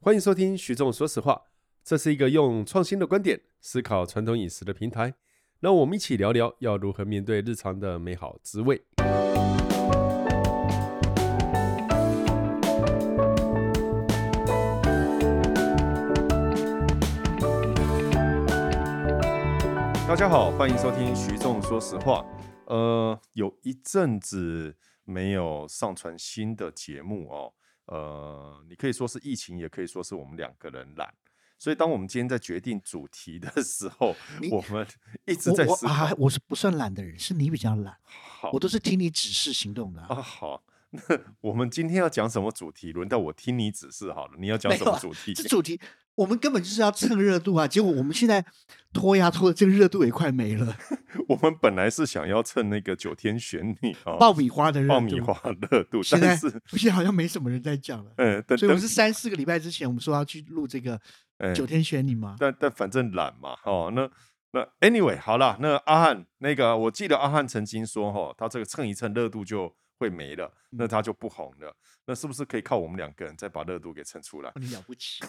欢迎收听徐总说实话，这是一个用创新的观点思考传统饮食的平台，让我们一起聊聊要如何面对日常的美好滋味。大家好，欢迎收听徐总说实话。呃，有一阵子没有上传新的节目哦。呃，你可以说是疫情，也可以说是我们两个人懒。所以，当我们今天在决定主题的时候，你我们一直我在我思考哦啊，。我是不算懒的人，是你比较懒，好我都是听你指示行动的啊、啊，好。那我们今天要讲什么主题？轮到我听你指示好了。你要讲没什有么啊主题？ 这主题我们根本就是要蹭热度啊，结果我们现在拖呀拖的，这个热度也快没了，我们本来是想要趁那个九天玄女啊、爆米花的热度。爆米 花热度，现在但是现在好像没什么人在 讲了。呃，等所以我等们是三四个礼拜之前，我们说要去录这个哎九天玄女吗？但但反正懒嘛，哦，那那 anyway 好啦，那阿汉那个，我记得阿汉曾经说哈、哦，他这个蹭一蹭热度就会没了，嗯那他就不红了。那是不是可以靠我们两个人再把热度给蹭出来？哦你了不起，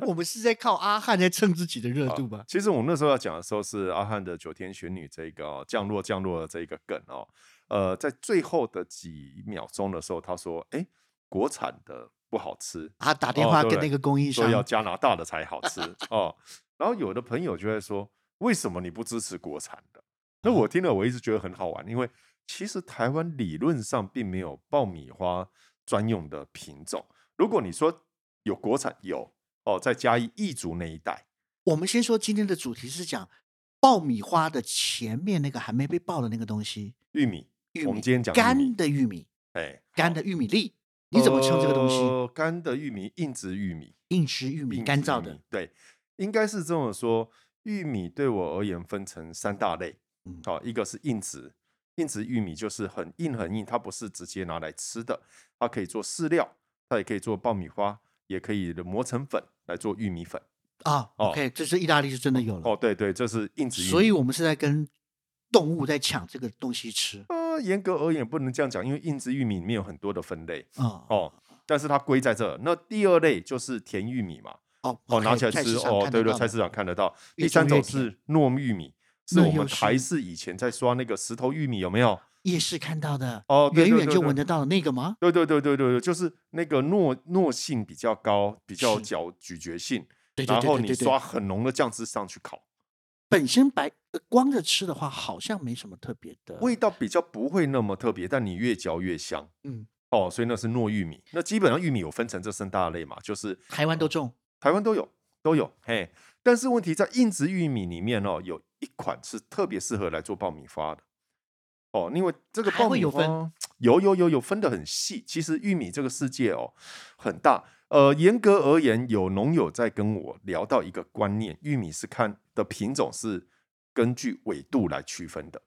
我们是在靠阿汉在蹭自己的热度吧？其实我们那时候要讲的时候是阿汉的九天玄女这个、哦、降落降落的这个梗哦，呃，在最后的几秒钟的时候，他说：“哎，国产的不好吃，啊，打电哦话对跟那个供应说商，要加拿大的才好吃哦。”然后有的朋友就会说：“为什么你不支持国产的？”那我听了我一直觉得很好玩，因为其实台湾理论上并没有爆米花专用的品种。如果你说有国产有哦，在嘉义义族那一带，我们先说今天的主题是讲爆米花的前面那个还没被爆的那个东西，玉米，玉米我们今天讲玉米干的玉米，哎，干的玉米粒，你怎么称这个东西？呃干的玉米，硬质玉米，硬吃玉米，硬干质燥玉的米，对，应该是这么说。玉米对我而言分成三大类，嗯好、一个是硬质，硬质玉米就是很硬很硬，它不是直接拿来吃的，它可以做饲料，它也可以做爆米花，也可以磨成粉来做玉米粉。啊。哦 OK，这是意大利就真的有了，哦，对对，这是硬质玉米。嗯所以我们是在跟动物在抢这个东西吃呃，严格而言不能这样讲，因为硬质玉米里面有很多的分类啊。哦，但是它归在这。那第二类就是甜玉米嘛，哦哦， ，OK，拿起来菜吃市场哦，看对得对，到菜的市场看得到。越第三种种越是糯玉米，是那我们又台是式以前在刷那个石头玉米，有没有？夜市看到的，哦对远对远对就对闻得到的那个吗？对对对对对对，就是那个糯糯性比较高，比较是嚼咀嚼性，对对然后对你对对对刷，很浓的酱汁上去烤，本身白呃光着吃的话，好像没什么特别的味道比较不会那么特别，但你越嚼越香。嗯，哦，所以那是糯玉米。那基本上玉米有分成这三大类嘛，就是台湾都种台湾都有，都有。嘿，但是问题在硬质玉米里面哦，有一款是特别适合来做爆米花的。哦，因为这个还爆会米有花分有有有有分的很细。其实玉米这个世界哦很大，呃，严格而言，有农友在跟我聊到一个观念，玉米是看的品种是根据纬度来区分的。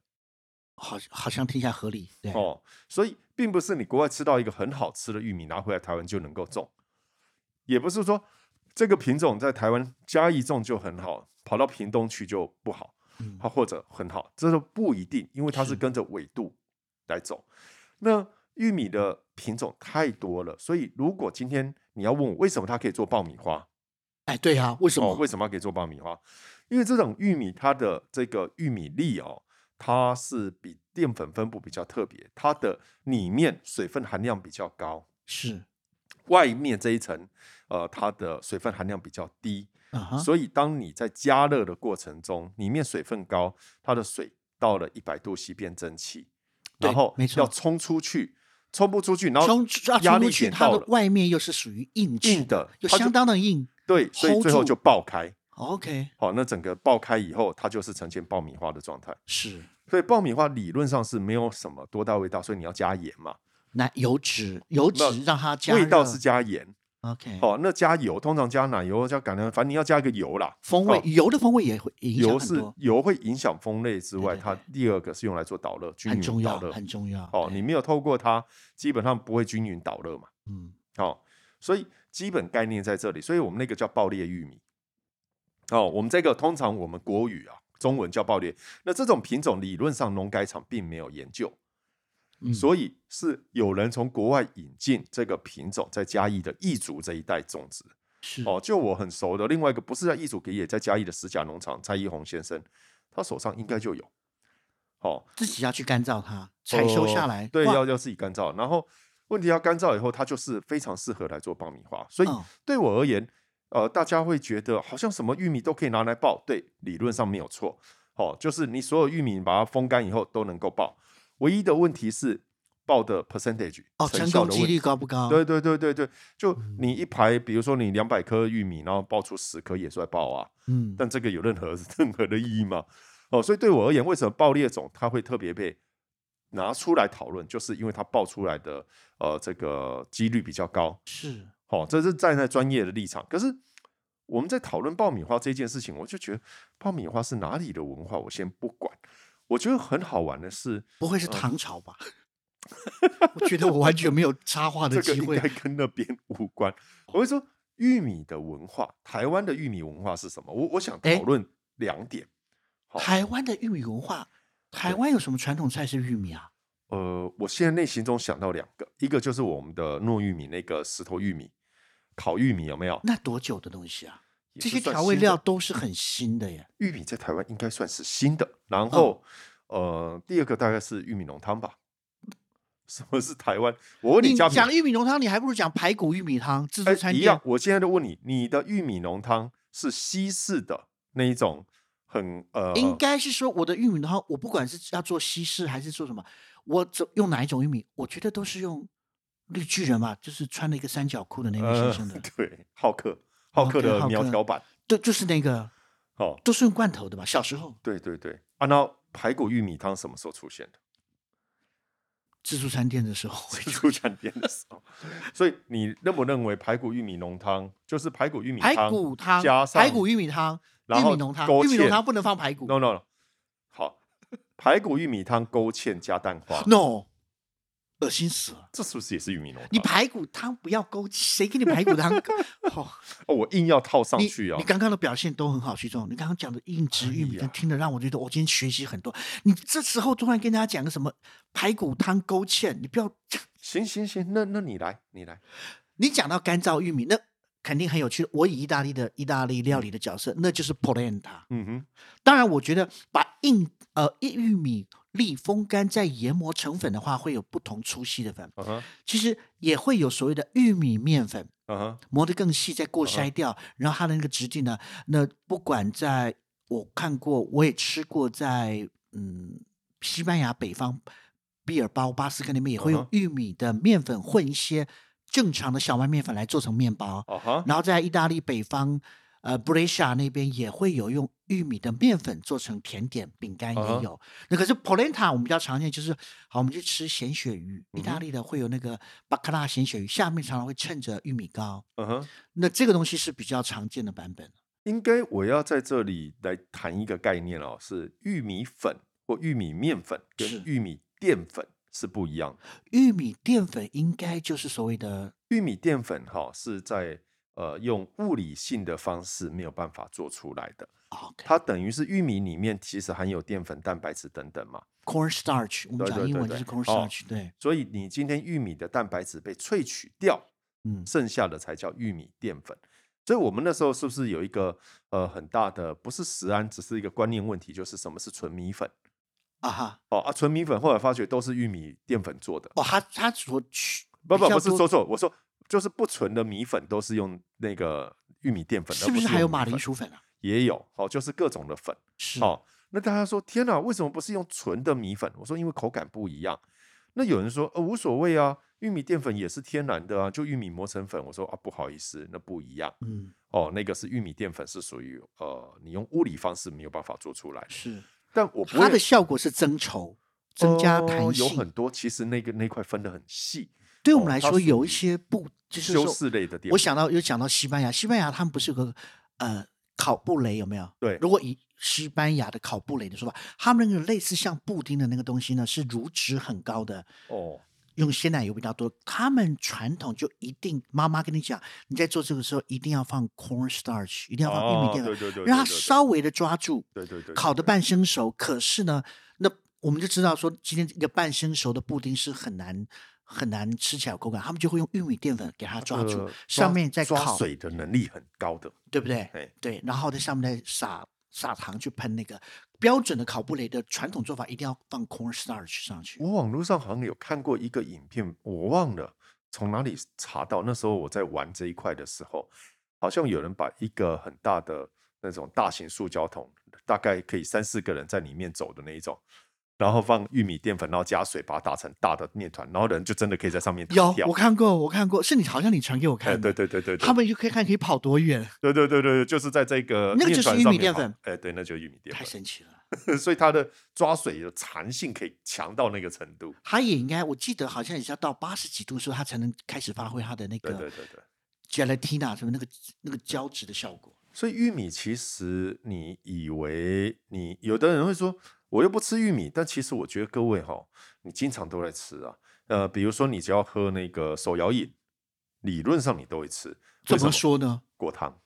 好，好像听起来合理。对，哦，所以并不是你国外吃到一个很好吃的玉米拿回来台湾就能够种，也不是说这个品种在台湾嘉义种就很好，跑到屏东去就不好，嗯它或者很好，这都不一定，因为它是是跟着纬度来走。那玉米的品种太多了，所以如果今天你要问我为什么它可以做爆米花，哎，对啊，为什哦，么？为什么要可以做爆米花？因为这种玉米它的这个玉米粒哦，它是比淀粉分布比较特别，它的里面水分含量比较高，是外面这一层呃它的水分含量比较低，啊哈，所以当你在加热的过程中，里面水分高，它的水到了一百度 C 变蒸汽，对然后没错要冲出去，冲不出去，然后冲出啊，压冲力出去，点它到的了，外面又是属于硬质硬的又它就相当的硬。对，所以 hold 最后住就爆开。 OK，好、那整个爆开以后，它就是呈现爆米花的状态。是所以爆米花理论上是没有什么多大味道，所以你要加盐嘛，奶油脂，油那脂让它加味道热嗯是加盐。 OK，哦，那加油通常加奶油、加橄榄，反正你要加一个油啦。风味哦油的风味也会影响油很是多，油会影响风味之外，对对它第二个是用来做导热，均很重匀要导，热。很重要。哎哦，对你没有透过它，基本上不会均匀导热嘛。嗯，哦，所以基本概念在这里，所以我们那个叫爆裂玉米。哦，我们这个通常我们国语啊，中文叫爆裂。那这种品种理论上农改场并没有研究，嗯所以是有人从国外引进这个品种，在嘉义的义族这一带种植，是哦，就我很熟的另外一个不是在义祖给也在嘉义的石甲农场蔡一红先生，他手上应该就有。哦，自己要去干燥它，采收下呃来，对，哇要要自己干燥。然后问题要干燥以后，它就是非常适合来做爆米花。所以嗯对我而言，呃，大家会觉得好像什么玉米都可以拿来爆，对，理论上没有错。哦，就是你所有玉米把它风干以后都能够爆，唯一的问题是爆的 percentage 哦，成成效功的几问率题。高不高？嗯对对对对对，就你一排，比如说你两百颗玉米，然后爆出十颗野帅爆啊，嗯，但这个有任何 任何的意义吗？哦，所以对我而言，为什么爆裂种它会特别被拿出来讨论，就是因为它爆出来的呃这个几率比较高。是好、这是站在专业的立场。可是我们在讨论爆米花这件事情，我就觉得爆米花是哪里的文化，我先不管。我觉得很好玩的是，不会是唐朝 吧？ 我觉得我完全没有插话的这个机应会该。跟那边无关。我会说玉米的文化，台湾的玉米文化是什么？我我想哎讨论两点。好台湾的玉米文化，台湾有什么传统菜是玉米啊？呃，我现在内心中想到两个，一个就是我们的糯玉米那个石头玉米，烤玉米有没有？那多久的东西啊？也这是些算调新味的料都是很新的耶。玉米在台湾应该算是新的。然后，嗯呃，第二个大概是玉米浓汤吧。 什么是台湾？我问你嘉讲平，玉米浓汤，你还不如讲排骨玉米汤，自助哎，餐一店样。。我现在就问你，你的玉米浓汤是西式的那一种很呃，应该是说我的玉米的话，我不管是要做西式还是做什么，我怎用哪一种玉米，我觉得都是用绿巨人嘛，就是穿了一个三角裤的那呃位先生 的， 对，浩克，浩哦克对的浩苗克条版，对，就是那个哦，都是用罐头的吧？小时候对对对。啊，那排骨玉米汤什么时候出现的？ 自助餐店的时候会自出助餐店的时候。所以你认不认为排骨玉米浓汤就是排骨玉米汤排骨汤加、上排骨玉米汤、然玉后米浓汤、勾玉米浓芡汤不能放排骨。 ？No No No，好，排骨玉米汤勾芡加蛋花， No，恶心死了！这是不是也是玉米浓汤？你排骨汤不要勾，谁给你排骨 汤？哦，哦，我硬要套上你去啊你！刚刚的表现都很好，徐总，你刚刚讲的硬质玉米哎呀汤，听得让我觉得我今天学习很多。你这时候突然跟大家讲个什么排骨汤勾芡，你不要，行行行，那那你来，你来，你讲到干燥玉米，那肯定很有趣。我以意大利的意大利料理的角色，那就是 polenta。嗯哼，当然，我觉得把硬呃玉米粒风干再研磨成粉的话，会有不同粗细的粉。嗯哼，其实也会有所谓的玉米面粉，嗯哼，磨得更细，再过嗯筛掉，然后它的那个质地呢，那不管在我看过，我也吃过在嗯西班牙北方毕尔包巴斯克那边也嗯会用哼玉米的面粉混一些正常的小麦面粉来做成面包，啊哈，然后在意大利北方。呃，Brescia 那边也会有用玉米的面粉做成甜点、饼干嗯哼也有。那可是 polenta 我们比较常见，就是好，我们去吃咸鳕鱼，意嗯大哼利的会有那个巴克拉咸鳕鱼，下面常常会衬着玉米糕。嗯哼。那这个东西是比较常见的版本。应该我要在这里来谈一个概念哦，是玉米粉或玉米面粉是跟玉米淀粉是不一样的。玉米淀粉应该就是所谓的玉米淀粉哈、是在呃用物理性的方式没有办法做出来的，哦，OK，它等于是玉米里面其实含有淀粉、蛋白质等等嘛。 corn starch，我们对讲对英对文就是对 corn 哦 starch，对，所以你今天玉米的蛋白质被萃取掉，嗯，剩下的才叫玉米淀粉。所以我们那时候是不是有一个呃很大的不是食安，只是一个观念问题，就是什么是纯米粉？啊哈，哦啊，纯米粉后来发觉都是玉米淀粉做的。哦，它它所取不不比较不是多说错，我说就是不纯的米粉都是用那个玉米淀粉，而是不不是是还用有米马铃粉薯粉啊？也有哦，就是各种的粉是，哦。那大家说天哪，为什么不是用纯的米粉？我说因为口感不一样。那有人说呃无所谓啊，玉米淀粉也是天然的啊，就玉米磨成粉。我说啊不好意思，那不一样嗯，哦，那个是玉米淀粉是属于呃你用物理方式没有办法做出来的。是，但我哦不它会的效果是增稠，增加弹呃性。有很多其实那个那块分的很细，对我哦们来它说，属有一于些不就是修说，饰类的淀我粉。想到有讲到西班牙，西班牙他们不是有个呃烤布雷有没有？对如果以西班牙的烤布雷的说法，他们那个类似像布丁的那个东西呢，是乳脂很高的，哦，用鲜奶油比较多。他们传统就一定，妈妈跟你讲，你在做这个时候一定要放 corn starch，一定要放玉米哦淀粉，对对对，让对它对稍微的抓住。对对对，烤的对半生熟，可是呢，那我们就知道说，今天一个半生熟的布丁是很难很难吃起来有口感，他们就会用玉米淀粉给它抓住，呃上抓面再抓烤，水的能力很高的，对不对？哎，对，然后在上面再撒撒糖去喷那个标准的烤布雷的传统做法，一定要放 cornstarch 上去。我网络上好像有看过一个影片，我忘了从哪里查到。那时候我在玩这一块的时候，好像有人把一个很大的那种大型塑胶桶，大概可以三四个人在里面走的那一种，然后放玉米淀粉，然后加水，把它打成大的面团，然后人就真的可以在上面有弹跳我。看过，我看过，是你好像你传给我哎，看的，对对对对对，他们就可以看可以跑多远，对对对对，就是在这个那个就是面团玉上米面淀跑粉，哎，对，那就是玉米淀太神奇了。粉，所以它的抓水的弹性可以强到那个程度。它也应该，我记得好像也是要到八十几度的时候，它才能开始发挥它的那对对个对对。 gelatina 什么那个那个胶质的效果。所以玉米其实你以为你有的人会说，我又不吃玉米，但其实我觉得各位哈，你经常都在吃啊。呃，比如说你只要喝那个手摇饮，理论上你都会吃。怎为什么？说呢？果糖，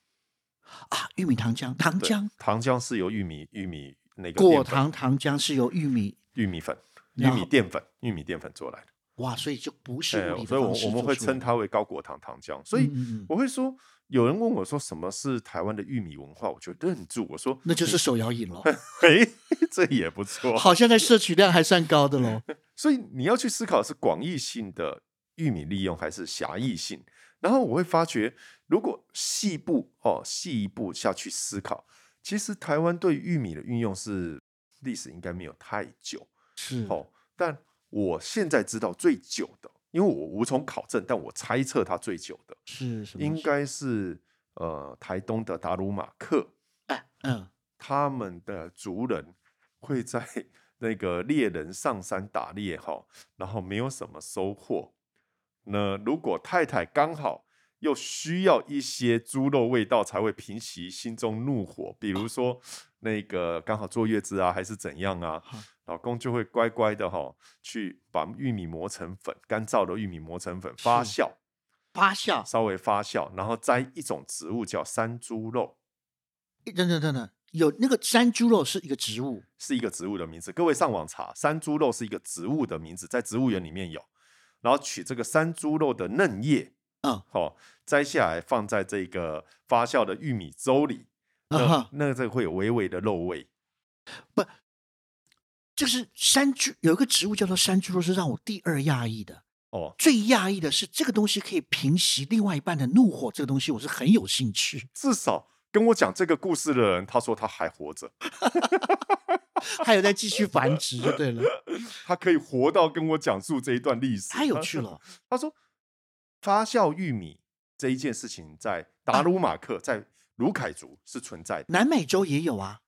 啊，玉米糖浆，糖对浆，糖浆是由玉米、玉米那个果淀粉、糖糖浆是由玉米，玉米粉、玉然后米淀粉、玉米淀粉做来的。哇，所以就不是哎物理所以的方我式我们做会出称来的，它为高果糖糖浆。所以嗯嗯嗯我会说，有人问我说什么是台湾的玉米文化，我就愣住，我说那 就是手摇饮喽，嘿，这也不错。好像在摄取量还算高的 喽。所以你要去思考是广义性的玉米利用还是狭义性。然后我会发觉，如果细部哦细一步下去思考，其实台湾对玉米的运用是历史应该没有太久是，哦，但我现在知道最久的，因为我无从考证，但我猜测它最久的嗯是什么？应该是呃台东的达鲁马克哎，嗯，他们的族人会在 那个猎人上山打猎哈，然后没有什么收获。那如果太太刚好又需要一些猪肉味道才会平息心中怒火，比如说那个刚好坐月子啊，还是怎样啊好，老公就会乖乖的哈，去把玉米磨成粉，干燥的玉米磨成粉发是啊酵，发酵，稍微发酵，然后摘一种植物叫山猪肉。哎等等等等，有那个山猪肉是一个植物，是一个植物的名字。各位上网查，山猪肉是一个植物的名字，在植物园里面有。然后取这个山猪肉的嫩叶，嗯，哦，摘下来放在这个发酵的玉米粥里，啊那、哈，那这个会有微微的肉味。就是山猪有一个植物叫做山猪肉，是让我第二讶异的。哦，最讶异的是，这个东西可以平息另外一半的怒火，这个东西我是很有兴 趣。至少跟我讲这个故事的人，他说他还活着，还有在继续繁殖就对了， 他可以活到跟我讲述这一段历史，太有趣了。他说，发酵玉米这一件事情在嗯达鲁马克、在卢凯族是存在的。南美洲也有啊，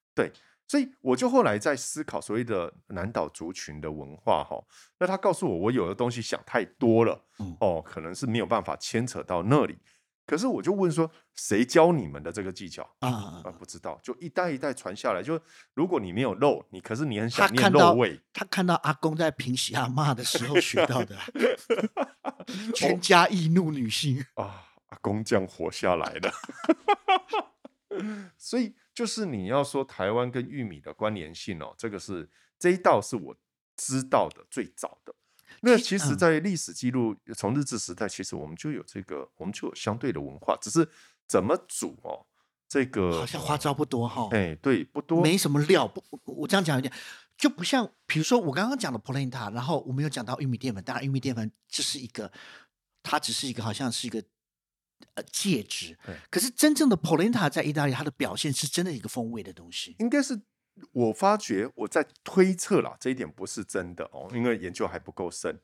所以我就后来在思考所谓的南岛族群的文化哈，那他告诉我，我有的东西想太多了嗯，哦，可能是没有办法牵扯到那里。可是我就问说，谁教你们的这个技巧？啊啊，，不知道，就一代一代传下来。就如果你没有肉，你可是你很他想念看到肉味，他看到阿公在平息阿嬷的时候学 到的，全哦家易怒女性。啊，阿公这样活下来的。 所以就是你要说台湾跟玉米的关联性哦，这个是这一道是我知道的最早的。那其其实实，嗯在历史记录从日治时代，其实我们就有这个，我们就有相对的文化，只是怎么煮哦，这个好像花招不多哈、哎对不多，没什么料。不，我我这样讲有点，就不像，比如说我刚刚讲的 polenta，然后我们有讲到玉米淀粉，当然玉米淀粉这是一个，它只是一个好像是一个呃介质对，可是真正的 polenta 在意大利它的表现是真的一个风味的东西。应该是我发觉我在推测啦，这一点不是真的哦，因为研究还不够深。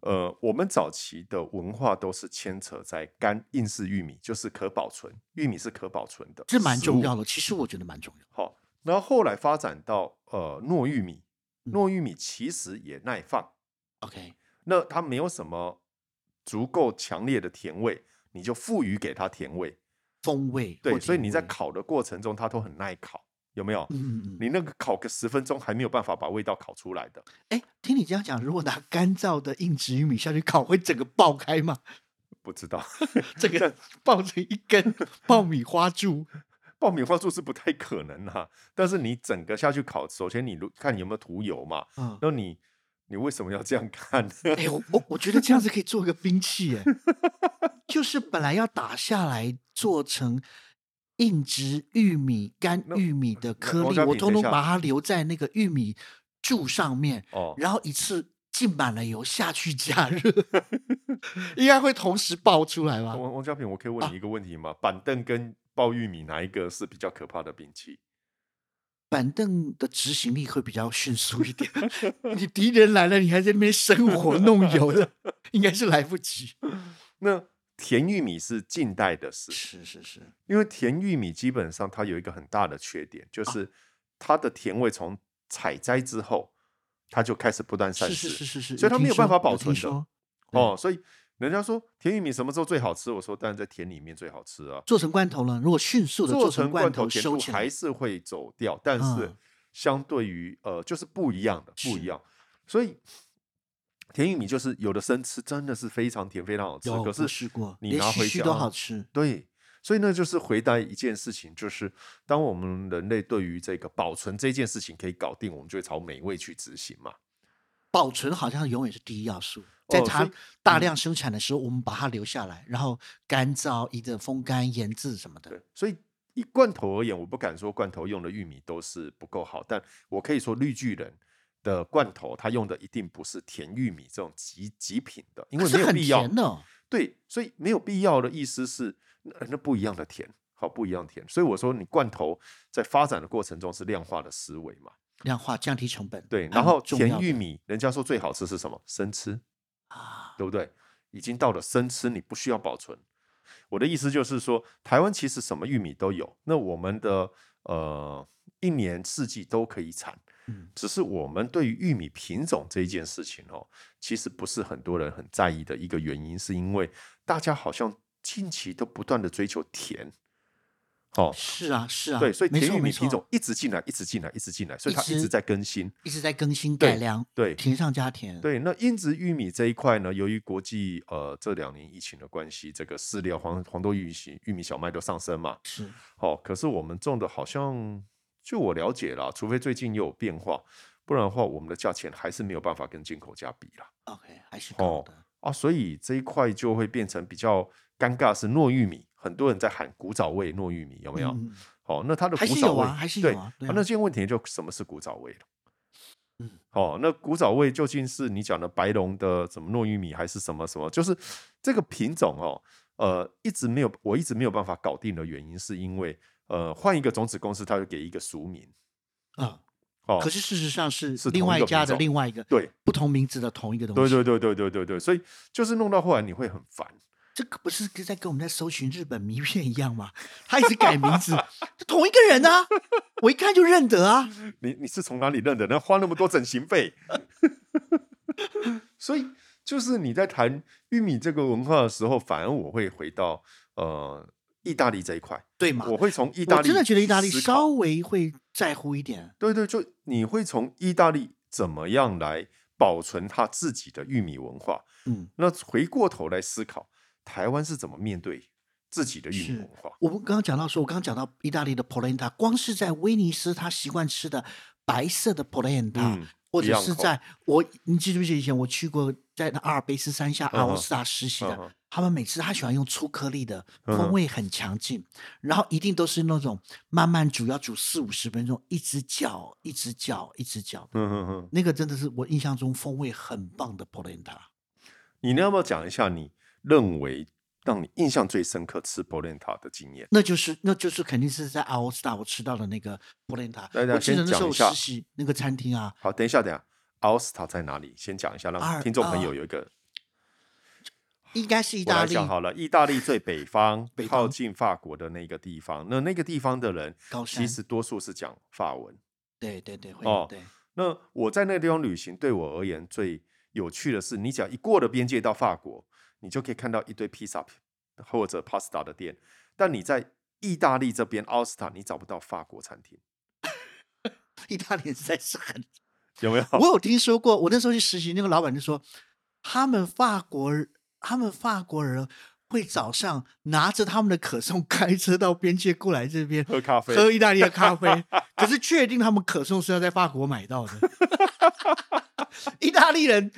呃，我们早期的文化都是牵扯在干硬式玉米，就是可保存，玉米是可保存的，这蛮重要的。的，其实我觉得蛮重要。好、然后后来发展到呃糯玉米，嗯糯玉米其实也耐放， OK，那它没有什么足够强烈的甜味，你就赋予给它甜味。风味或对，所以甜你在味，烤的过程中，它都很耐烤，有没有？嗯嗯嗯，你那个烤个十分钟还没有办法把味道烤出来的，哎，听你这样讲，如果拿干燥的硬质玉米下去烤，会整个爆开吗？不知道 整个爆成一根爆米花柱，爆米花柱是不太啊可能啦、但是你整个下去烤，首先你如看你有没有涂油嘛，嗯，那你你为什么要这样看？ 哎、我我我觉得这样子可以做一个兵器，哎，就是本来要打下来做成硬质玉米、干那玉米的颗王粒，家我平通等一下通把它留在那个玉米柱上面， 哦，然后一次浸满了油下去加热， 应该会同时爆出来吧？王王家平，我可以啊问你一个问题吗？板凳跟爆玉米哪一个是比较可怕的兵器？板凳的执行力会比较迅速一点。 你敌人来了，你还在那边生火弄油的，应该是来不 及。那甜玉米是近代的事，是是是，因为甜玉米基本上它有一个很大的缺点，啊就是它的甜味从采摘之后，它就开始不断散是失。是是是是，所以它听没有办说法保听存的说哦，嗯所以人家说甜玉米什么时候最好吃？我说当然在田里面最好吃啊。做成罐头了，如果迅速的做成成罐罐头甜收度起还来，是会走掉，但是嗯相对于呃，就是不一样的，不是一样。所以甜玉米就是有的生吃真的是非常甜，非常好吃。有可我是试过，你连拿须回须家都好吃。对，所以呢，就是回答一件事情，就是当我们人类对于这个保存这件事情可以搞定，我们就会朝美味去执行嘛。保存好像永远是第一要素，在哦所它以大量生产的时候，我们把它留下来，然后干燥、一的风干、腌制什么的。对，所以以罐头而言，我不敢说罐头用的玉米都是不够好，但我可以说绿巨人的罐头，它用的一定不是甜玉米这种极极品的，因可为是没有很必要。甜的哦，对，所以没有必要的意思是，那那不一样的甜，好不一样的甜。所以我说，你罐头在发展的过程中是量化的思维嘛？量化降低成本很重对要，的。然后甜玉米，人家说最好吃是什么？生吃，啊，对不对？已经到了生吃，你不需要保存。我的意思就是说，台湾其实什么玉米都有，那我们的呃一年四季都可以产，嗯只是我们对于玉米品种这一件事情哦，其实不是很多人很在意的一个原因，是因为大家好像近期都不断的追求甜，哦，是啊是啊，对，所以没甜错玉没米品错种一直进来，一直进来，一直进来，所以它一一直直在更新，一直在更新对改良，对，甜上加甜。，对，那英质玉米这一块呢，由于国际呃这两年疫情的关系，这个饲料黄黄豆玉米、玉米、小麦都上升嘛，是哦，可是我们种的好像，就我了解啦，除非最近又有变化，不然的话，我们的价钱还是没有办法跟进口价比啦。 OK，还是高哦的。啊，所以这一块就会变成比较尴尬，是糯玉米，很多人在喊古早味糯玉米，有没有？嗯哦，那它的还古是早有味啊还是对有啊对啊那这个问题就什么是古早味了？嗯，哦，那古早味究竟是你讲的白龙的什么糯玉米，还是什么什么？就是这个品种哦，呃，一直没有，我一直没有办法搞定的原因，是因为呃，换一个种子公司，它就给一个俗名啊，哦。可是事实上是是另同一外个家品的种另外一个对不同名字的同一个东对西。对对对对对对，所以就是弄到后来你会很烦。这个不是跟在跟我们在搜寻日本名片一样吗？他一直改名字，这同一个人啊，我一看就认得啊。你你是从哪里认的？那花那么多整形费， 所以就是你在谈玉米这个文化的时候，反而我会回到呃意大利这一块，对嘛？我会从意大我利真的觉得意大利去思考稍微会在乎一点，对对，就你会从意大利怎么样来保存他自己的玉米文化？嗯。那回过头来思考，台湾是怎么面对自己的玉米是文化？我们刚刚讲到说，我刚刚讲到意大利的 polenta，光是在威尼斯，他习惯吃的白色的 polenta，、嗯或一者样是口在我，你记不记得以前我去过在那阿尔卑斯山下阿嗯沃哼斯塔实习的，嗯哼他们每次他喜欢用粗颗粒的，嗯风哼味很强劲，然后一定都是那种慢慢煮，要煮四五十分钟，一直搅，一直搅，一直搅。嗯哼哼，那个真的是我印象中风味很棒的 polenta。你要不要讲一下你认为让你印象最深刻吃 polenta 的经验？那就是那就是肯定是在 o u r Star 我吃到的那个 polenta。来来我记先得那时讲候一我下实习那个餐厅啊，好，等一下，等一下。奥斯塔在哪里？先讲一下，阿让尔听众朋友啊有一个。应该呃是意我大来利讲好了，意大利最北方， 北靠方近法国的那个地方。那那个地方的人，高其山，实多数是讲法文。对对对，会哦对那我在那个地方旅行，对我而言最有趣的是，你只要一过了边界到法国，你就可以看到一堆披萨或者 pasta 的店，但你在意大利这边奥斯塔，你找不到法国餐厅，意大利人实在是很有没有？我有听说过，我那时候去实习，那个老板就说，他们法国人，他们法国人会早上拿着他们的可颂开车到边界过来这边 喝咖啡， 喝意大利的咖啡，可是确定他们可颂是要在法国买到的。 意大利人，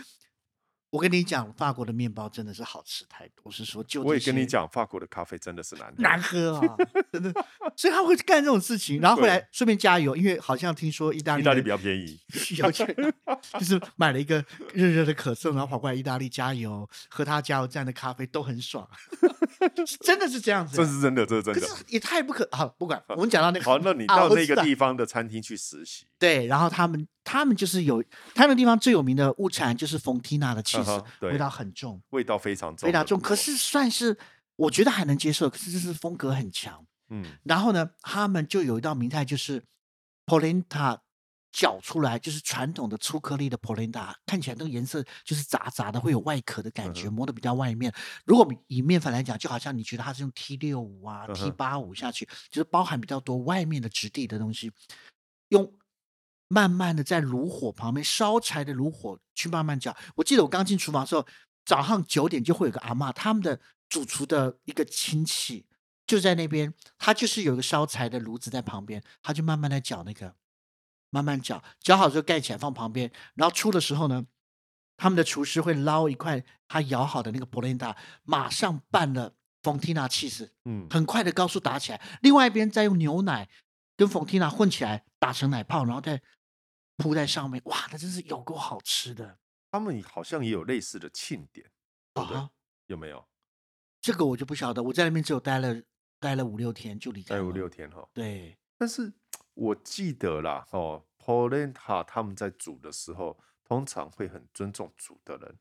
我跟你讲，法国的面包真的是好吃太多。我是说就，我也跟你，讲，法国的咖啡真的是难喝难 喝啊，真的。所以他会干这种事情，然后回来顺便加油，因为好像听说意大利意大利人比较便宜，需 要去， 就是买了一个热热的可颂，然后跑过来意大利加油，喝他加油站的咖啡都很爽， 是真的是这样子这啊。是真的，这是真可的。是也太不可啊！不管，我们讲到那个，好，那你啊到我那知个道地方的餐厅去实习，对，然后他们他们就是有他们地方最有名的物产就是冯缇娜的嗯 cheese，、哼对味道很重，味道非常重，味道重，可，是算是我觉得还能接受，可是就是风格很强。嗯，然后呢，他们就有一道名菜就是 polenta 搅出来，就是传统的粗颗粒的 polenta，看起来那个颜色就是杂杂的，会有外壳的感觉，嗯磨的比较外面。如果以面粉来讲，就好像你觉得它是用 T 六五啊、嗯 T 哼八五下去，就是包含比较多外面的质地的东西，用。慢慢的在炉火旁边烧柴的炉火去慢慢搅。我记得我刚进厨房的时候，早上九点就会有个阿嬷，他们的主厨的一个亲戚，就在那边，他就是有个烧柴的炉子在旁边，他就慢慢的搅那个，慢慢搅，搅好之后盖起来放旁边，然后出的时候呢，他们的厨师会捞一块他舀好的那个 polenta，马上拌了 fontina cheese，嗯，很快的高速打起来，另外一边再用牛奶跟 fontina 混起来打成奶泡，然后再铺在上面，哇，那真是有够好吃的他们好像也有类似的庆典，啊对有没有？这个我就不晓得，我在那边只有待了待了五六天就离开哎，了，五六天哈，对，但是我记得啦，哦，polenta 他们在煮的时候，通常会很尊重煮的人。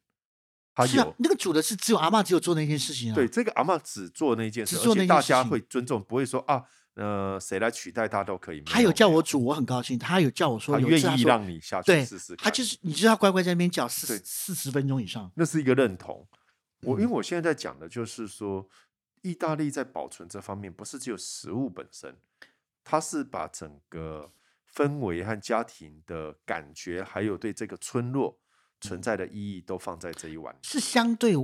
他是有、啊，那个煮的是只有阿嬷只有做那件事情啊。对这个阿嬷只做那件事，只做而且那件大事家情嗯会尊重，不会说啊，呃，谁来取代他都可以。没他有叫没我煮，我很高兴。他有叫我说他有一次愿他意说让你下去对试试看。他就是你知道乖乖在那边搅四对四十分钟以上，那是一个认同。我嗯因为我现在在讲的就是说，意大利在保存这方面不是只有食物本身，它是把整个氛围和家庭的感觉，还有对这个村落存在的意义都放在这一碗里。是相对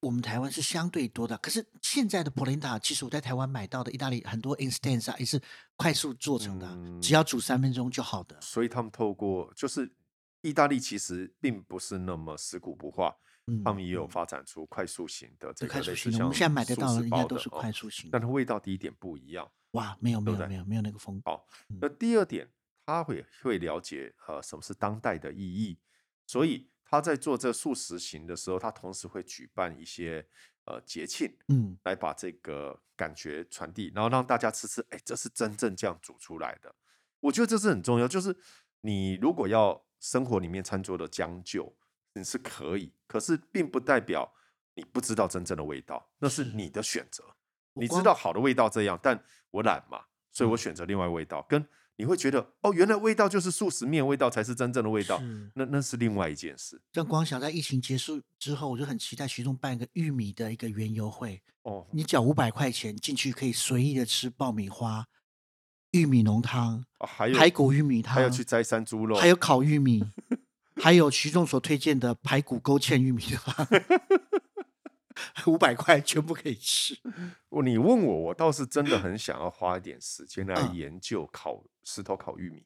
我们台湾是相对多的。可是现在的 polenta，其实我在台湾买到的意大利很多 instance 啊，也是快速做成的啊，嗯只要煮三分钟就好的。所以他们透过就是意大利其实并不是那么死古不化，嗯，他们也有嗯发展出快速型的这对个快类速似型的，像我们现在买得素到食的应该包都是哦快速型但的。它味道第一点不一样。哇，没有没对有不对没有没有那个风格。那第二点，他会会了解呃什么是当代的意义，所以他在做这素食行的时候，他同时会举办一些呃节庆，嗯，来把这个感觉传递，然后让大家吃吃，哎，这是真正这样煮出来的。我觉得这是很重要，就是你如果要生活里面餐桌的将就，你是可以，可是并不代表你不知道真正的味道，那是是你的选择。我你知光嗯道好的味道这样，但我懒嘛，所以我选择另外味道。跟你会觉得哦，原来味道就是素食面味道才是真正的味道，是那那是另外一件事像光想在疫情结束之后，我就很期待徐总办一个玉米的一个园游会。哦。你缴五百块钱进去，可以随意的吃爆米花、玉米浓汤、啊还有排骨玉米汤，还要去摘山猪肉，还有烤 玉米，还有徐总所推荐的排骨勾芡玉米汤，五百块全部可以吃。我哦你问我，我倒是真的很想要花一点时间来嗯研究烤石头烤玉米。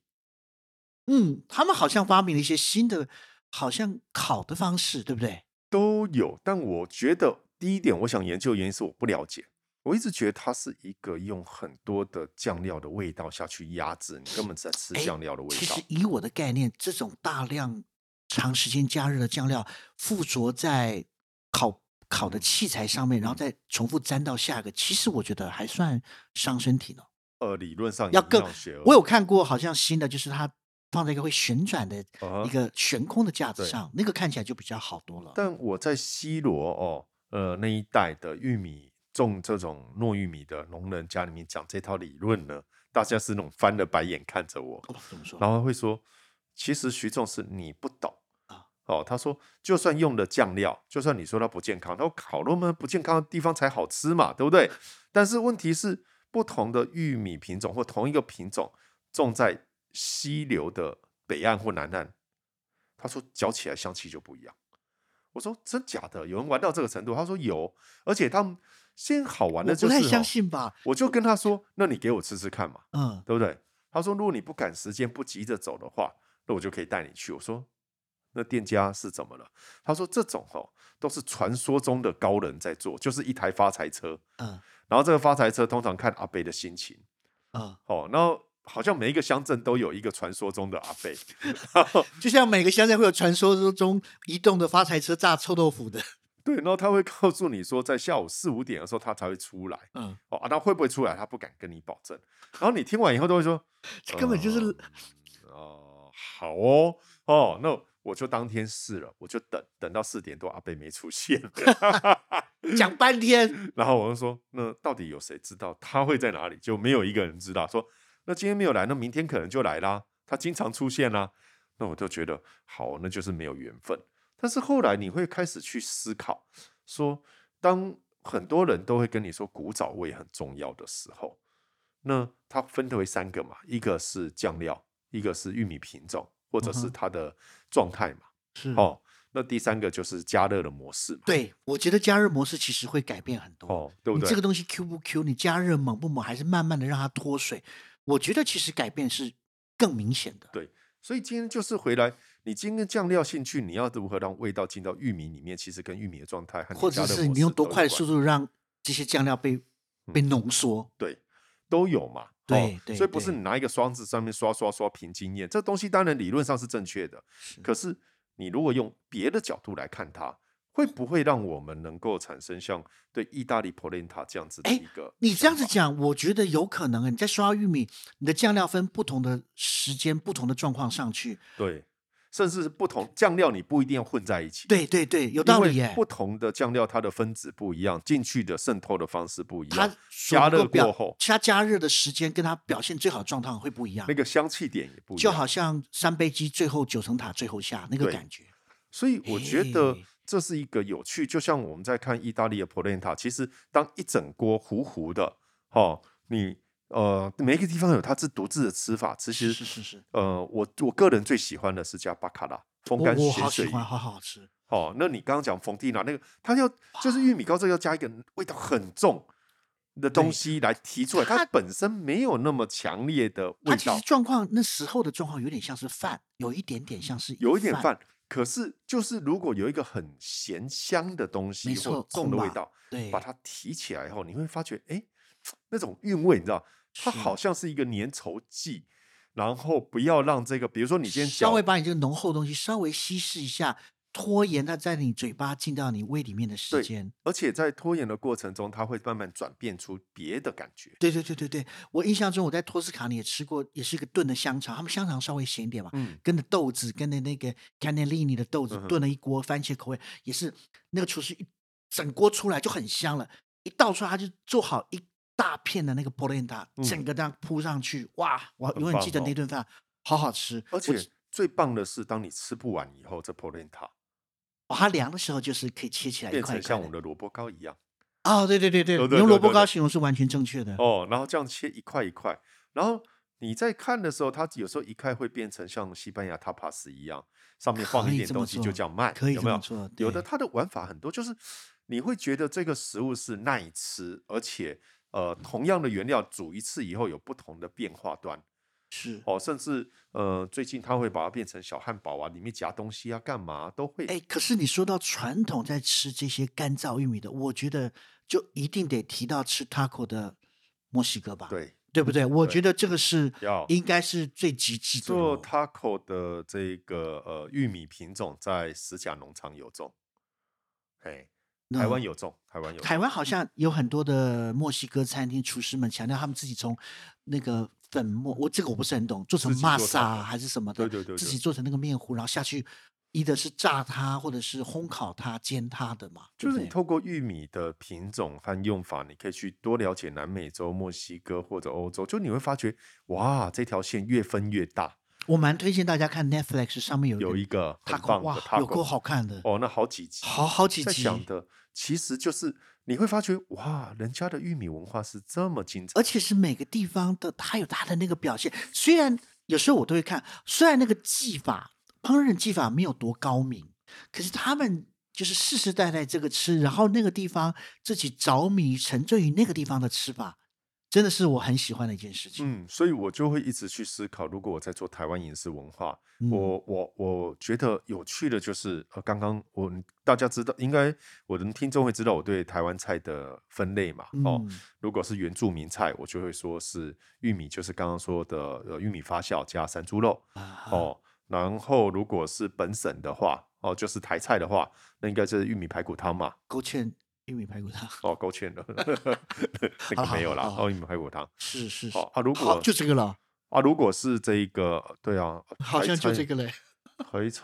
嗯，他们好像发明了一些新的，好像烤的方式，对不对？都有，但我觉得第一点，我想研究的原因是我不了解。我一直觉得它是一个用很多的酱料的味道下去压制，你根本是在吃哎酱料的味其道实。以我的概念，这种大量长时间加热的酱料附着在烤烤的器材上面，然后再重复沾到下一个，其实我觉得还算伤身体呢。呃，理论上要营更养学而我有看过，好像新的就是它放在一个会旋转的啊哈一个悬空的架子对上，那个看起来就比较好多了。但我在西罗哦，呃那一带的玉米种这种糯玉米的农人家里面讲这套理论呢，大家是那种翻了白眼看着我，哦怎么说？然后会说，其实徐仲是你不懂啊。哦，他说，就算用的酱料，就算你说它不健康，他说烤肉嘛，不健康的地方才好吃嘛，对不 对？但是问题是，不同的玉米品种或同一个品种种在溪流的北岸或南岸，他说嚼起来香气就不一样。我说真假的，有人玩到这个程度？他说有，而且他们先好玩的我就是不太哦相信吧？我就跟他说，那你给我吃吃看嘛。嗯，对不对？他说，如果你不赶时间，不急着走的话，那我就可以带你去。我说，那店家是怎么了？他说这种哦，都是传说中的高人在做，就是一台发财车，嗯然后这个发财车通常看阿贝的心情 嗯，哦，然后好像每一个乡镇都有一个传说中的阿贝，就像每个乡镇会有传说中移动的发财车炸臭豆腐的，对，然后他会告诉你说，在下午四五点的时候他才会出来嗯，哦，啊，那会不会出来他不敢跟你保证，然后你听完以后都会说，这根本就是嗯哦、好哦，哦，那我就当天试了，我就等等到四点多，阿贝没出现， 讲半天，然后我就说，那到底有谁知道他会在哪里？就没有一个人知道。说那今天没有来，那明天可能就来啦。他经常出现啦，那我就觉得好，那就是没有缘分。但是后来你会开始去思考，说当很多人都会跟你说古早味很重要的时候，那它分为三个嘛，一个是酱料，一个是玉米品种，或者嗯是哼它的状态嘛。是，哦，那第三个就是加热的模式嘛。对，我觉得加热模式其实会改变很多。哦，对不你对？这个东西 Q 不 Q，你加热猛不猛，还是慢慢的让它脱水？我觉得其实改变是更明显的。所以今天就是回来，你今天酱料兴趣，你要如何让味道进到玉米里面？其实跟玉米的状态和或加热者是模你式嗯用多都有快的关速度让这些酱料被被浓缩。对都有嘛。对哦对所以不是对你拿一个刷子上面刷刷刷凭经验，这东西当然理论上是正确的，嗯可是你如果用别的角度来看它，会不会让我们能够产生像对意大利 polenta 这样子的哎一个？你这样子，讲，我觉得有可能啊。你在刷玉米，你的酱料分不同的时间、不同的状况上去。对，甚至是不同酱料，你不一定要混在一起。对对对，有有道理耶。不同的酱料，它的分子不一样，进去的渗透的方式不一它样，所加能够热表过后它加热的时间跟它表现最好的状态会不一样那。个香气点也不一样。啊就好像三杯鸡最后九层塔最后下那个对感觉。所以我觉得嘿这是一个有趣，就像我们在看意大利的 polenta，其实当一整锅糊糊的，哦，你呃每一个地方有它自独自的吃法，其是实是是是，呃我我个人最喜欢的是加巴卡拉风我干我咸好水喜鱼。欢，好好吃。哦，那你刚刚讲冯蒂娜那个，它要就是玉米糕这个要加一个味道很重。的东西来提出来，它它本身没有那么强烈的它味其道实，状况那时候的状况有点像是饭，有一点点像是有一点，饭，可是就是如果有一个很咸香的东西没或错，重的空味吧道，对，把它提起来后，你会发觉，哎、那种韵味，你知道，它是好像是一个粘稠剂，然后不要让这个，比如说你今天稍嚼微把你这个浓厚的东西稍微稀释一下，拖延它在你嘴巴进到你胃里面的时对间。而且在拖延的过程中，它会慢慢转变出别的感觉。对对对对对，我印象中我在托斯卡尼也吃过，也是一个炖的香肠，他们香肠稍微咸一点嘛，嗯，跟着豆子，跟着那个 cannellini 的豆子嗯哼炖了一锅番茄口味，也是那个厨师一整锅出来就很香了，一倒出来他就做好一大片的那个 polenta，、嗯整个这样铺上去，哇，我很永远记得棒哦那顿饭好好吃，而我且只最棒的是，当你吃不完以后，这 polenta 哦它凉的时候就是可以切起来一变块一成块像我们的。的萝卜糕一样哦，对对对对，对你对用对萝卜对糕对形容是完全正确的。哦，然后这样切一块一块，然后。你在看的时候，它有时候一块会变成像西班牙 tapas 一样，上面放可一以点这么东西就做叫卖，可以有这没有么？做，有的对它的玩法很多，就是你会觉得这个食物是耐吃，而且呃，嗯同样的原料煮一次以后有不同的变化端是。哦，甚至呃，最近它会把它变成小汉堡啊，里面夹东西啊，干嘛都会。哎，可是你说到传统在吃这些干燥玉米的，我觉得就一定得提到吃 taco 的墨西哥吧，对，对不对？我对觉得这个是要应该是最极致的做哦咯。 taco 的这个呃玉米品种在石甲农场有种，哎，台湾嗯有种，台湾有种台湾好像有很多的墨西哥餐厅厨师们强调他们自己从那个粉末，我这个我不是很懂，做成自己做 masa 啊 taco 还是什么的，对对对自对己做成那个面糊，然后下去，一的是炸它，或者是烘烤它、煎它的嘛，对就不是你对透过玉米的品种和用法，你可以去多了解南美洲、墨西哥或者欧洲，就你会发觉，哇，这条线越分越大。我蛮推荐大家看 Netflix 上面有有一个很 taco，棒的哇，有 taco，够好看的。哦，那好几集，好好几在集，讲的其实就是你会发觉，哇，人家的玉米文化是这么精彩。而且是每个地方的它有它的那个表现。虽然有时候我都会看，虽然那个技法烹饪技法没有多高明，可是他们就是世世代代这个吃，然后那个地方自己着迷沉醉于那个地方的吃法，真的是我很喜欢的一件事情。嗯，所以我就会一直去思考，如果我在做台湾饮食文化，嗯我我我觉得有趣的就是，呃，刚刚我大家知道，应该我的听众会知道我对台湾菜的分类嘛，嗯哦，如果是原住民菜，我就会说是玉米，就是刚刚说的呃玉米发酵加山猪肉啊哦。然后如果是本省的话，哦，就是台菜的话，那应该就是玉米排骨汤嘛。勾芡玉米排骨汤，哦，勾芡了， 那个没有啦好好。好哦，玉米排骨汤。是是是哦，啊，如好果就这个了，啊，如果是这一个，对啊，好像就这个个嘞。台菜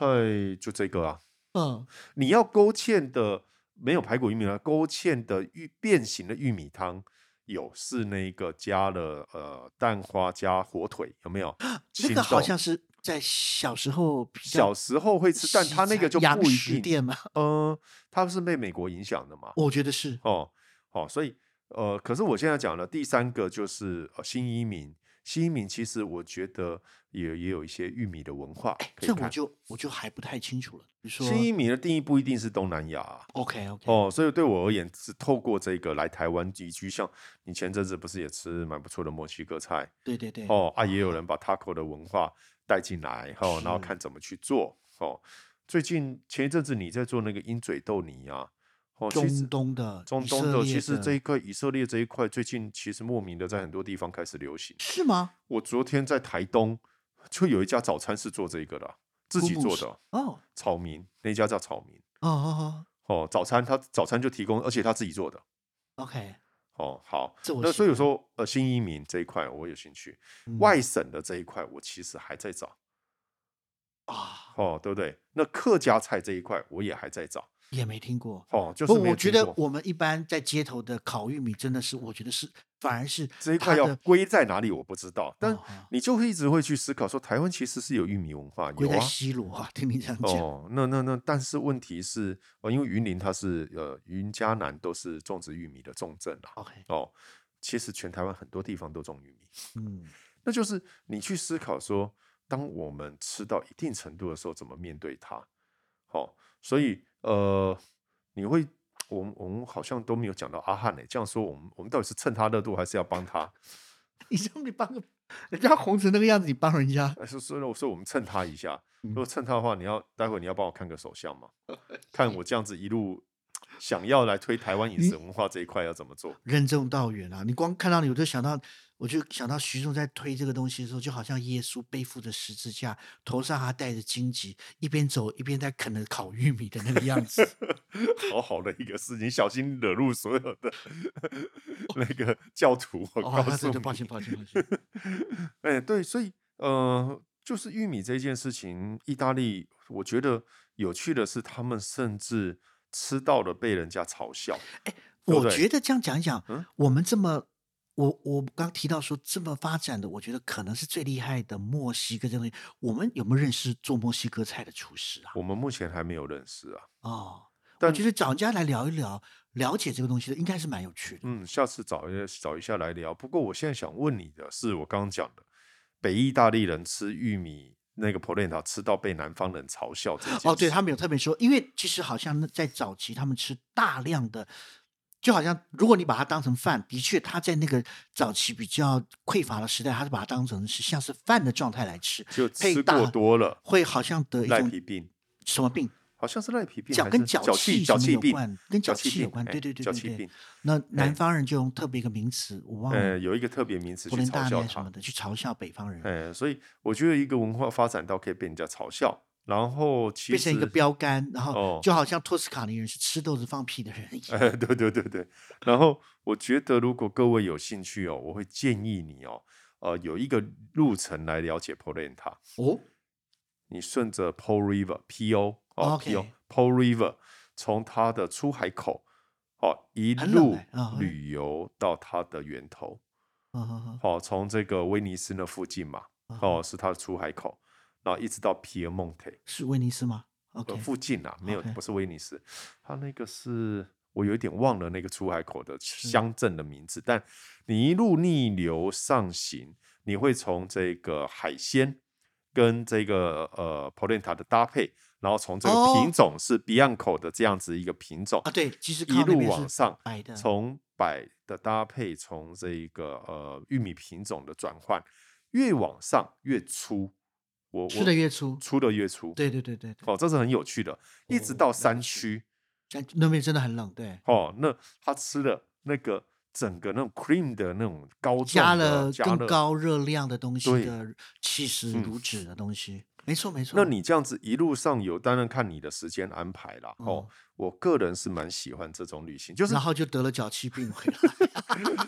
就这个啊。嗯，你要勾芡的没有排骨玉米汤，勾芡的玉变形的玉米汤有是那个加了呃蛋花加火腿，有没有？这青啊个好豆像是在小时候比较小时候会吃，但西它那餐个就洋不食一定。店嘛，呃，它是被美国影响的嘛？我觉得是哦，好、所以呃，可是我现在讲的第三个就是、呃、新移民，新移民其实我觉得也也有一些玉米的文化可以哎这我看。就我就还不太清楚了。比如说新移民的定义不一定是东南亚啊、 ，OK OK，哦，所以对我而言是透过这个来台湾移居，像你前阵子不是也吃蛮不错的墨西哥菜对对对，哦啊，也有人把 taco 的文化带进来哦，然后是看怎么去做哦。最近前一阵子你在做那个鹰嘴豆泥啊，哦，其实中东的中以东色的，列其实的这一块以色列这一块，最近其实莫名的在很多地方开始流行。是吗？我昨天在台东就有一家早餐是做这个的啊，自乌己木做是的啊，哦草民那家叫草民哦哦哦，早餐他早餐就提供，而且他自己做的哦，OK，哦。好，这我那喜所以欢说呃，新移民这一块我有兴趣，嗯外省的这一块我其实还在找啊哦，对不对？那客家菜这一块我也还在找也没听过。哦， 就是不，没有我觉听得过我们一般在街头的烤玉米真的是，我觉得是反而是这一它块要的归在哪里我不知道，但哦哦你就会一直会去思考说，台湾其实是有玉米文化，归有在啊。西罗啊，听你这样讲，哦，那那那，但是问题是，呃，因为云林它是呃云嘉南都是种植玉米的重镇啦。 OK，哦，其实全台湾很多地方都种玉米，嗯， 那就是你去思考说，当我们吃到一定程度的时候，怎么面对它。好、所以呃，你会，我们我们好像都没有讲到阿汉呢、这样说，我们我们到底是蹭他热度，还是要帮他？ 你这么你帮个人家红成那个样子，你帮人家哎，所以所以我说我们蹭他一下，如嗯果蹭他的话，你要待会你要帮我看个手相 嘛，看我这样子一路想要来推台湾饮食文化这一块要怎么做。任重道远啊！你光看到你，我就想到，我就想到徐仲在推这个东西的时候，就好像耶稣背负着十字架，头上还戴着荆棘，一边走一边在啃着烤玉米的那个样子。好好的一个事情，小心惹怒所有的 那个教徒。 我哦，告那诉这你，就抱歉，抱歉，抱歉。哎、对，所以呃，就是玉米这件事情，意大利我觉得有趣的是，他们甚至吃到了被人家嘲笑。对不我对觉得这样讲一讲，嗯我们这么，我我刚提到说这么发展的，我觉得可能是最厉害的墨西哥这东西。我们有没有认识做墨西哥菜的厨师啊？我们目前还没有认识啊，哦，我但觉得找人家来聊一聊，了解这个东西的，应该是蛮有趣的。嗯，下次找一找一下来聊。不过我现在想问你的是，我刚刚讲的北意大利人吃玉米那个 polenta 吃到被南方人嘲笑这件事。哦，对他们有特别说，因为其实好像那在早期他们吃大量的，就好像如果你把它当成饭，的确他在那个早期比较匮乏的时代，他是把它当成是像是饭的状态来吃，就配吃大过多了，会好像得一赖种皮病，什么病，好像是赖皮病脚还是，跟脚脚气脚什么气有病关跟脚气气有病关哎对对对脚对气对病，那南哎方人就用特别一个名词，我忘呃，了，有一个特别名词勃去伦嘲哦大笑面什它么。的嗯去嘲笑北方人，哎，所以我觉得一个文化发展到可以被人家嘲笑，然后其变实成一个标杆，然后哦就好像托斯卡尼人是吃豆子放屁的人一样。哎， 对对对对。然后我觉得，如果各位有兴趣哦，我会建议你哦，呃，有一个路程来了解 Polenta。哦，你顺着 Po River P O 哦 OK P O Po River，从它的出海口哦一很冷路哎啊嗯旅游到它的源头，好好好，哦，从这个威尼斯那附近嘛，嗯哦是它的出海口，然后一直到皮尔蒙特。是威尼斯吗？OK，呃附近啊，没有 OK 不是威尼斯，它那个是我有一点忘了那个出海口的乡镇的名字，但你一路逆流上行，你会从这个海鲜跟这个呃 polenta 的搭配，然后从这个哦品种是 Bianco 的这样子一个品种啊，对，其实一靠那路边往是上，白的，从百的搭配，从这一个呃玉米品种的转换，越往上越粗，我吃的越粗我，粗的越粗，对对对对对，哦，这是很有趣的，一直哦到了山解区但那边真的很冷，对，哦，那他吃的那个整个那种 cream 的那种高重加的了加更高热量的东西对的气食嗯乳脂的东西，没错没错。那你这样子一路上游，当然看你的时间安排啦。哦嗯，我个人是蛮喜欢这种旅行，就是然后就得了脚气 病回来，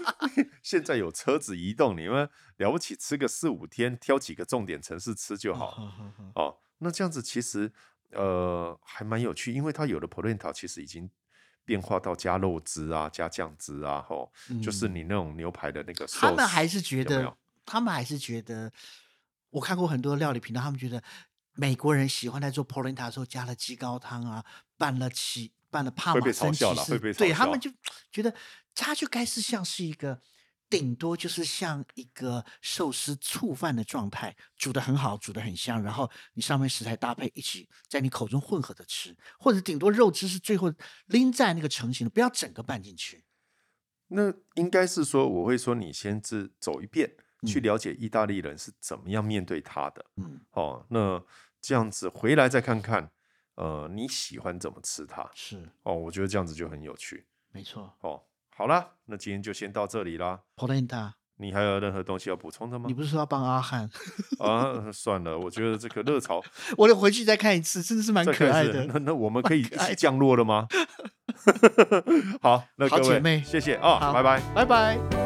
现在有车子移动，你们了不起吃个四五天，挑几个重点城市吃就好了。好，哦，那这样子其实呃还蛮有趣，因为它有的 polenta 其实已经变化到加肉汁啊、加酱汁啊，吼、就是嗯你那种牛排的那个 sauce。他们还是觉有没有得，他们还是觉得，我看过很多料理频道，他们觉得美国人喜欢在做 polenta 的时候加了鸡高汤啊，拌了起拌了帕会玛被森嘲笑起啦司会被对嘲他笑们就觉得它就该是像是一个。顶多就是像一个寿司醋饭的状态，煮的很好，煮的很香，然后你上面食材搭配一起在你口中混合着吃，或者顶多肉汁是最后拎在那个成型的，不要整个拌进去。那应该是说，我会说你先是走一遍，去嗯了解意大利人是怎么样面对他的。嗯，哦，那这样子回来再看看，呃，你喜欢怎么吃它？是哦，我觉得这样子就很有趣。没错。哦，好啦，那今天就先到这里啦。 polenta，你还有任何东西要补充的吗你？不是说要帮阿汉？ 啊，算了，我觉得这个热潮我得回去再看一次，真的是蛮再可开爱始，那 的。那我们可以一爱起的 降落了吗？好，那好各姐位，妹谢谢啊，好拜拜。拜拜。